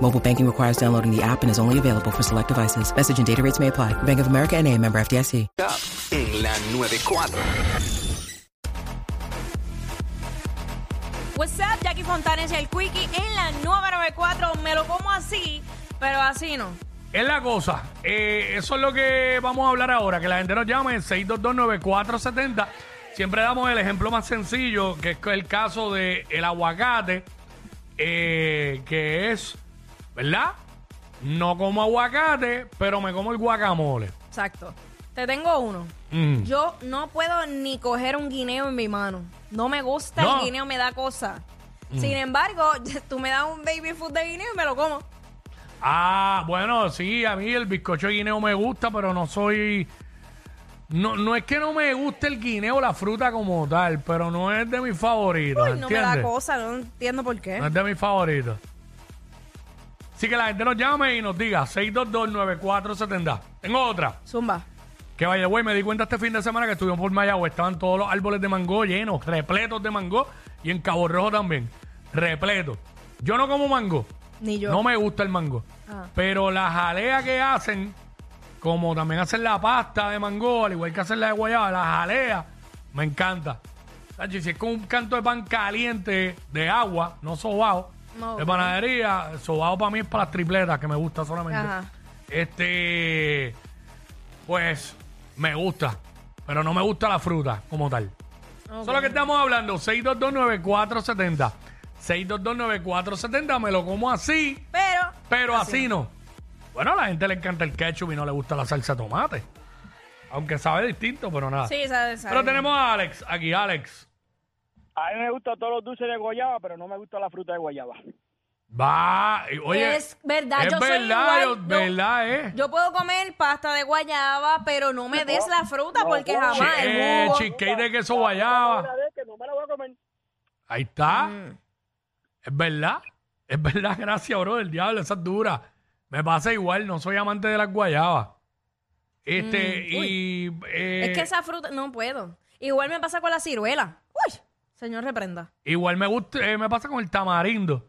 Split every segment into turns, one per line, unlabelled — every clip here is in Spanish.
Mobile banking requires downloading the app and is only available for select devices. Message and data rates may apply. Bank of America and a member FDIC.
en la 94.
What's up, Jackie Fontanes y el Quickie en la 994. Me lo como así, pero así no.
Es la cosa. Eh, eso es lo que vamos a hablar ahora. Que la gente nos llame en 6229470. Siempre damos el ejemplo más sencillo, que es el caso del el aguacate, eh, que es, ¿verdad? No como aguacate, pero me como el guacamole.
Exacto. Te tengo uno.
Mm.
Yo no puedo ni coger un guineo en mi mano. No me gusta
No. Hmm.
el guineo, me da cosa. Sin embargo, tú me das un baby food de guineo y me lo como.
Ah, bueno, sí, a mí el bizcocho de guineo me gusta, pero no soy... No, no es que no me guste el guineo, la fruta como tal, pero no es de mis favoritos,
Uy, no me da
¿entiendes? Ah.
cosa, no entiendo por qué.
No es de mis favoritos. Así que la gente nos llame y nos diga 6229470. Tengo otra.
Zumba.
Que vaya, güey, me di cuenta este fin de semana que estuvimos por Mayagüez. Estaban todos los árboles de mango llenos, repletos de mango. Y en Cabo Rojo también, repleto. Yo no como mango.
Ni yo.
No me gusta el mango.
Ah.
Pero la jalea que hacen, como también hacen la pasta de mango, al igual que hacen la de guayaba, la jalea, me encanta. Tacho, y si es con un canto de pan caliente de agua, no sobao,
No,
de
ok.
panadería, sobao para mí es para las tripletas, que me gusta solamente.
Ajá.
Este, pues, me gusta, pero no me gusta la fruta como tal.
Ok.
Eso es lo que estamos hablando, 6229470. 6229470, me lo como así.
Pero,
Pero así, no. Bueno, a la gente le encanta el ketchup y no le gusta la salsa de tomate. Aunque sabe distinto, pero nada.
sí, sabes.
pero tenemos a Alex, aquí Alex.
A mí me gustan todos los dulces de guayaba, pero no me gusta la fruta de guayaba.
Va, y- oye.
Es verdad,
es
yo soy
verdad,
igual,
yo-
no.
verdad, eh.
Yo puedo comer pasta de guayaba, pero no me des la fruta
no,
porque
no.
jamás
Che,
el jugo.
cheesecake de queso
La
guayaba.
verdad es que no me la voy a comer.
Ahí está.
Mm.
Es verdad. Es verdad, gracias, bro, del diablo, esa es dura. Me pasa igual, no soy amante de las guayabas. Este,
Mm, uy.
y. eh,
Es que esa fruta no puedo. Igual me pasa con la ciruela. Uy, señor reprenda.
Igual me gusta, eh, me pasa con el tamarindo.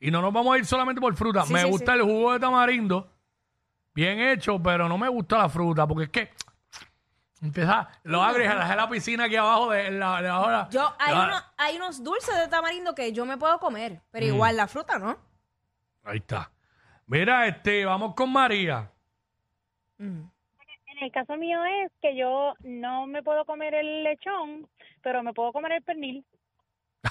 Y no nos vamos a ir solamente por fruta.
Sí,
me
sí,
gusta
sí.
el jugo de tamarindo. Bien hecho, pero no me gusta la fruta. Porque es que empieza, lo agres, a la piscina aquí abajo de la, de la- Ah, de la-
Mm. Yo hay,
de la-
uno- hay unos dulces de tamarindo que yo me puedo comer,
Mm.
pero igual la fruta no.
Ahí está. Mira, este, vamos con María.
Mm.
En el caso mío es que yo no me puedo comer el lechón, pero me puedo comer el pernil.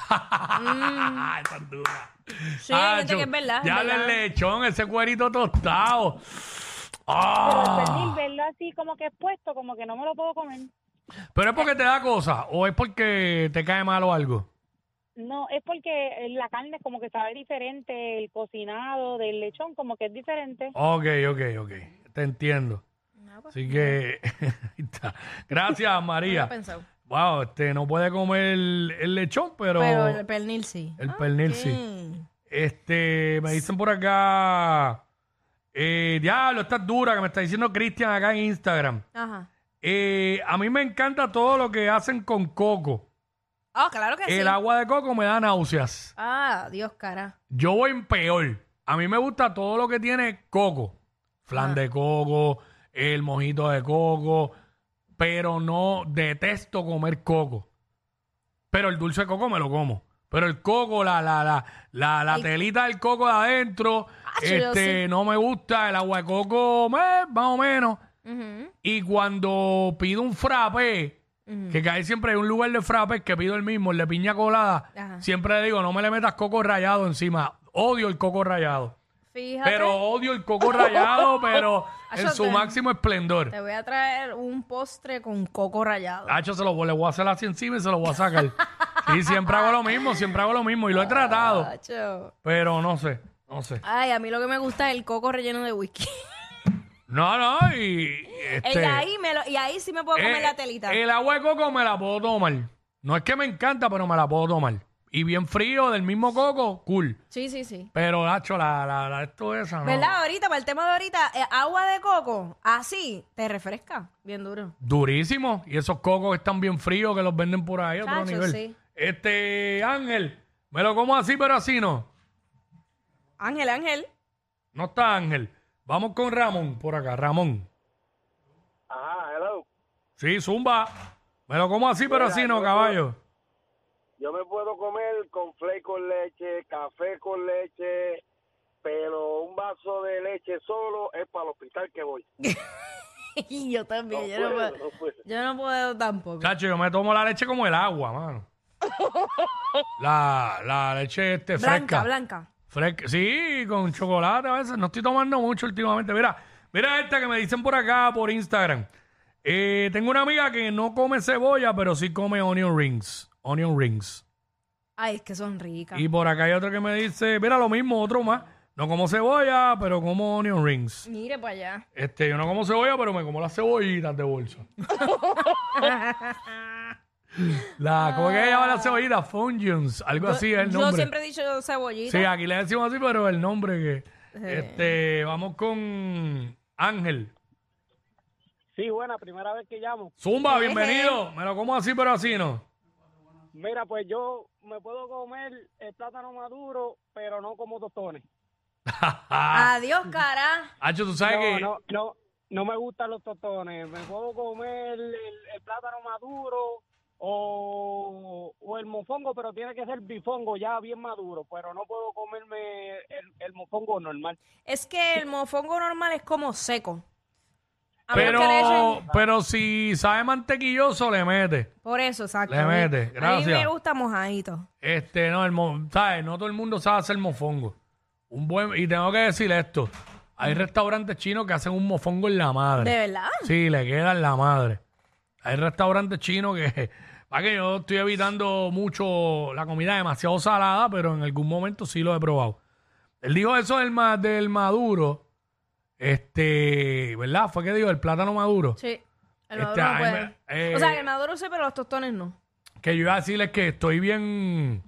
Esa es dura.
Mm. Sí, hay gente
Acho,
que es verdad. es
Ya
verdad.
el lechón, ese cuerito tostado.
Pero
Ah.
el pernil, verlo así como que expuesto, como que no me lo puedo comer.
Pero es
Eh.
porque te da cosas o es porque te cae mal o algo.
No, es porque la carne como que sabe diferente, el cocinado del lechón como que es diferente.
Ok, ok, ok. Te entiendo. Así que, ahí está. Gracias,
pues, No lo he
María.
pensado.
Wow, este no puede comer el, el lechón, pero,
Pero el pernil sí.
el pernil sí.
Mm.
Este, me dicen por acá, eh, diablo, estás dura, que me está diciendo Cristian acá en Instagram.
Ajá.
Eh, a mí me encanta todo lo que hacen con coco.
Ah, claro que sí.
El agua de coco me da náuseas.
Ah, Dios, cara.
Yo voy en peor. A mí me gusta todo lo que tiene coco.
Ah.
Flan de coco, el mojito de coco, pero no detesto comer coco. Pero el dulce de coco me lo como. Pero el coco, la, la, la, la, la
Ay.
telita del coco de adentro,
Ah, yo
este,
sí.
no me gusta. El agua de coco, meh, pues, más o menos.
Ujú,
Y cuando pido un frappé,
ujú.
que cae siempre hay un lugar de frappé que pido el mismo, el de piña colada,
Ajá.
siempre le digo, no me le metas coco rallado encima. Odio el coco rallado.
Fíjate,
Pero odio el coco rallado, pero en
Acho,
su
te-
máximo esplendor.
te voy a traer un postre con coco rallado.
Hacho, se lo voy- le voy a hacer así encima y se lo voy a sacar. Y siempre hago lo mismo, siempre hago lo mismo. Y lo he tratado,
Acho.
pero no sé, no sé.
Ay, a mí lo que me gusta es el coco relleno de whisky.
No, no, y...
Y
Este,
ahí me lo- y ahí sí me puedo comer
eh,
la telita.
El agua de coco me la puedo tomar. No es que me encanta, pero me la puedo tomar. Y bien frío, del mismo coco, cool.
sí, sí, sí.
Pero, Hacho, la, la, la- esto esa, no.
¿Verdad? Ahorita, para el tema de ahorita, eh, agua de coco, así, te refresca. Bien duro.
Durísimo. Y esos cocos están bien fríos que los venden por ahí, otro
Chacho,
nivel.
sí.
Este, Ángel, me lo como así, pero así no.
Ángel, Ángel.
No está Ángel. Vamos con Ramón por acá, Ramón.
Ajá, hello.
Sí, zumba. Me lo como así, pero así no,
yo-
caballo.
Yo me puedo comer con flake con leche, café con leche, pero un vaso de leche solo es para el hospital que voy.
Y yo también. yo, no
puedo,
puedo,
no puedo.
yo no puedo tampoco.
Chacho, yo me tomo la leche como el agua, mano. La, la leche este fresca.
Blanca, blanca.
Fresca. Sí, con chocolate a veces. No estoy tomando mucho últimamente. Mira, mira esta que me dicen por acá, por Instagram. Eh, tengo una amiga que no come cebolla, pero sí come onion rings. Onion rings.
Ay, es que son ricas.
Y por acá hay otro que me dice, mira lo mismo, otro más. No como cebolla, pero como onion rings.
Mire para allá.
Este, yo no como cebolla, pero me como las cebollitas de bolsa. la, ¿Cómo es que se llama la cebollita? Fungions, algo así es el nombre.
Yo siempre he dicho cebollita.
Sí, aquí le decimos así, pero el nombre que... Este, vamos con Ángel.
Sí, buena, primera vez que llamo.
Zumba, bienvenido. Me lo como así, pero así no.
Mira, pues yo me puedo comer el plátano maduro, pero no como tostones.
ah.
Adiós, cara.
Hacho, tú sabes
No,
que...
no, no, no me gustan los tostones. Me puedo comer el, el plátano maduro o, o el mofongo, pero tiene que ser bifongo ya bien maduro. Pero no puedo comerme el, el mofongo normal.
Es que el mofongo normal es como seco. A menos que le
Pero,
echen-
pero si sabe mantequilloso, le mete.
Por eso, exacto.
Le mete, gracias.
A mí me gusta mojadito.
Este, no, el mo- ¿sabes? No todo el mundo sabe hacer mofongo. Un buen, y tengo que decir esto. Hay restaurantes chinos que hacen un mofongo en la
¿De
madre.
verdad?
Sí, le queda en la madre. Hay restaurantes chinos que, para que yo estoy evitando mucho la comida demasiado salada, pero en algún momento sí lo he probado. Él dijo eso del, ma- del maduro, este, ¿verdad? Fue que dijo el plátano maduro.
Sí. El
Este,
maduro no
ay,
puede.
me- eh,
o sea, el maduro sí, pero los tostones no.
Que yo iba a decirles que estoy bien,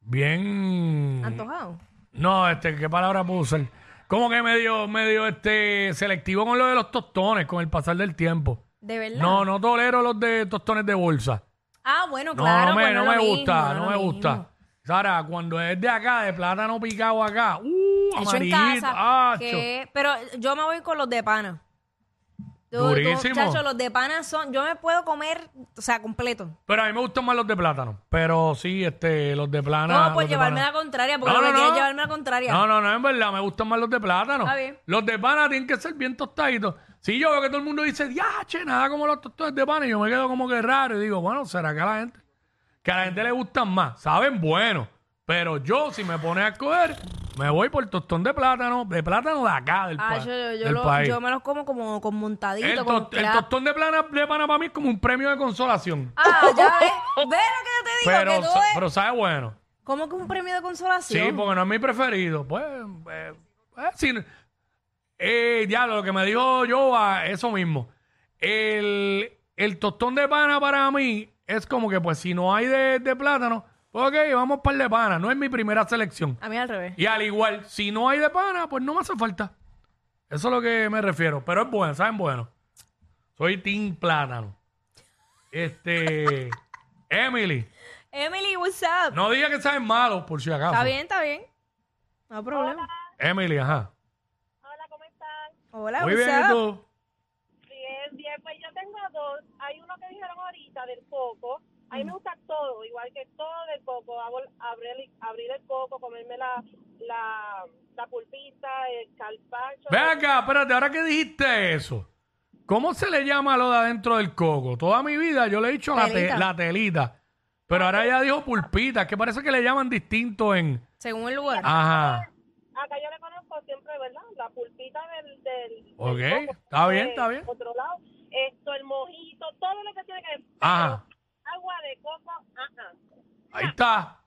bien
Antojado.
No, este, ¿qué palabra puedo usar? Como que medio, medio este, selectivo con lo de los tostones, con el pasar del tiempo.
¿De verdad?
No, no tolero los de tostones de bolsa.
Ah, bueno,
No,
claro.
no me,
pues
no
es
me
lo mismo,
gusta,
es
no
lo
me
mismo.
gusta. Sara, cuando es de acá, de plátano picado acá, uh,
Hecho en
amarillito,
casa.
acho.
que- pero yo me voy con los de pana. Yo- Yo,
Durísimo.
chacho, los de pana son. Yo me puedo comer, o sea, completo.
Pero a mí me gustan más los de plátano. Pero sí, este, los de plátano.
no, por llevarme la contraria, porque
No,
lo
no,
que quiere
no.
es llevarme la contraria.
No, no, no, en verdad, me gustan más los de plátano.
Está bien.
Los de pana tienen que ser bien tostaditos. Si yo veo que todo el mundo dice, ya, che, nada como los tostones de pana, y yo me quedo como que raro y digo, bueno, será que a la gente, que a la gente le gustan más, saben bueno, pero yo si me pone a escoger, me voy por tostón de plátano, de plátano de acá, del,
Ah,
pa-
yo, yo- yo
del
lo-
país.
yo me los como como con montadito,
el,
con
tos- el
crab.
tostón de, plana, de pana para mí es como un premio de consolación,
Ah, ya ves. Ve lo que yo te digo,
pero,
que tú
sa-
ves.
pero sabe bueno.
¿Cómo que un premio de
Sí,
consolación?
porque no es mi preferido. Pues, eh, eh, sí. Eh, diablo, lo que me dijo yo, eso mismo. El, el tostón de pana para mí es como que, pues, si no hay de, de plátano, pues, ok, vamos para el de pana. No es mi primera selección.
A mí al revés.
Y al igual, si no hay de pana, pues no me hace falta. Eso es lo que me refiero. Pero es bueno, saben bueno. Soy team plátano. Este... Emily,
Emily, what's up?
no diga que saben malos, por si acaso.
Está bien, está bien. No hay problema.
Emily, ajá.
Hola, ¿cómo están?
Hola, Ah,
Muy
what's
bien, ¿y
up?
tú?
Bien, bien. Pues yo tengo dos. Hay uno que dijeron ahorita del coco. A mí me gusta todo, igual que todo del coco. Hago el- Abrir el, abrir el coco, comerme la, la, la pulpita, el calpacho.
Ven acá, espérate, ahora que dijiste eso, ¿Cómo se le llama lo de adentro del coco? Toda mi vida yo le he dicho la, te-
Telita.
la telita. Pero ahora ella dijo pulpita, que parece que le llaman distinto en.
Según el lugar.
Ajá.
Acá yo le conozco siempre, ¿verdad? La pulpita del... del del
Ok,
coco.
está bien,
Eh,
está bien.
Otro lado, esto, el mojito, todo lo que tiene que ver.
Ajá.
Agua de coco, ajá.
Ahí está.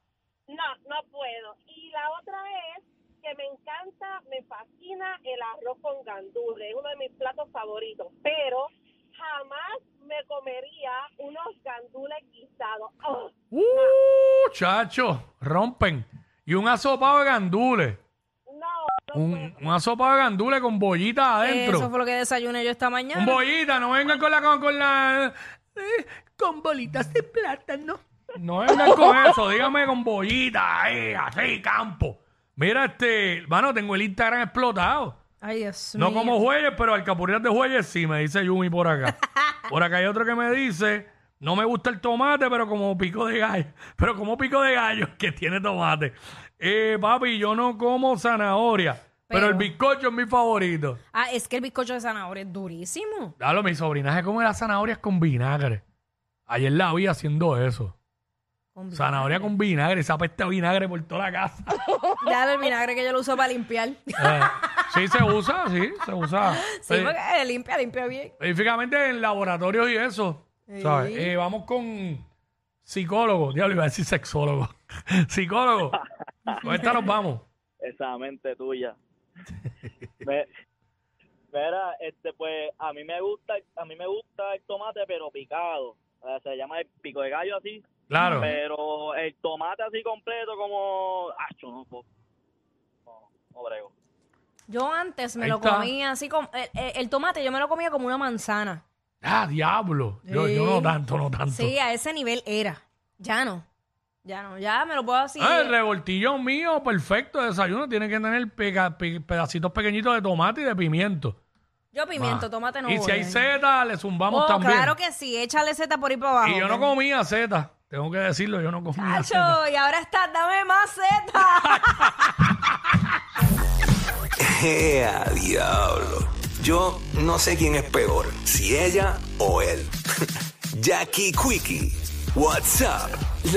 No, no puedo. Y la otra es que me encanta, me fascina el arroz con gandules, es uno de mis platos favoritos, pero jamás me comería unos gandules guisados. ¡Oh!
¡Uh, chacho! Rompen. Y un asopado de gandules.
no, no
Un, un asopado de gandules con bollitas adentro.
Eso fue lo que desayuné yo esta
Con
mañana.
bollitas, no vengan con la... Con, con la eh, con bolitas de plátano. No vengan con eso, dígame con bollitas, ahí, así, campo. Mira, este... Mano, tengo el Instagram explotado.
Ay, Dios
No
mío.
como jueyes, pero alcapurrias de jueyes sí, me dice Yumi por acá. Por acá hay otro que me dice, no me gusta el tomate, pero como pico de gallo. Pero como pico de gallo que tiene tomate. Eh, papi, yo no como zanahoria, pero,
Pero-
el bizcocho es mi favorito.
Ah, es que el bizcocho de zanahoria es durísimo.
Dalo, mi sobrina se come las zanahorias con vinagre. Ayer la vi haciendo eso.
Con vinagre.
Zanahoria con vinagre, esa peste a vinagre por toda la casa.
Dale el vinagre que yo lo uso para limpiar.
Eh, sí, se usa, sí, se usa.
Sí,
Eh,
porque eh, limpia, limpia bien.
Específicamente en laboratorios y eso. ¿sabes? Eh, vamos con psicólogo. Diablo, iba a decir sexólogo. psicólogo. Con esta nos vamos.
Esa mente tuya. Me- mira, este, pues a mí me gusta, a mí me gusta el tomate pero picado. Eh, se llama el pico de gallo así,
Claro.
pero el tomate así completo como, acho, no, po- no, no brego.
Yo antes me
Ahí
lo
está.
comía así como... El, el- el tomate yo me lo comía como una manzana.
Ah, diablo. Yo, yo no
Sí.
tanto, no tanto.
Sí, a ese nivel era. Ya no. Ya no, ya me lo puedo así...
Ah, el revoltillo mío, perfecto, de desayuno. Tiene que tener peca- pe- pedacitos pequeñitos de tomate y de pimiento.
yo pimiento,
Ah.
tomate no
Y
voy,
si hay
eh.
seta, le zumbamos
Oh,
también.
claro que sí, échale Z por ahí para abajo.
y yo no comía seta. Tengo que decirlo, yo no comía seta.
Cacho, y ahora está, dame más Z.
¡Ea, ¡Eh, diablo! Yo no sé quién es peor, si ella o él. Jackie Quickie, WhatsApp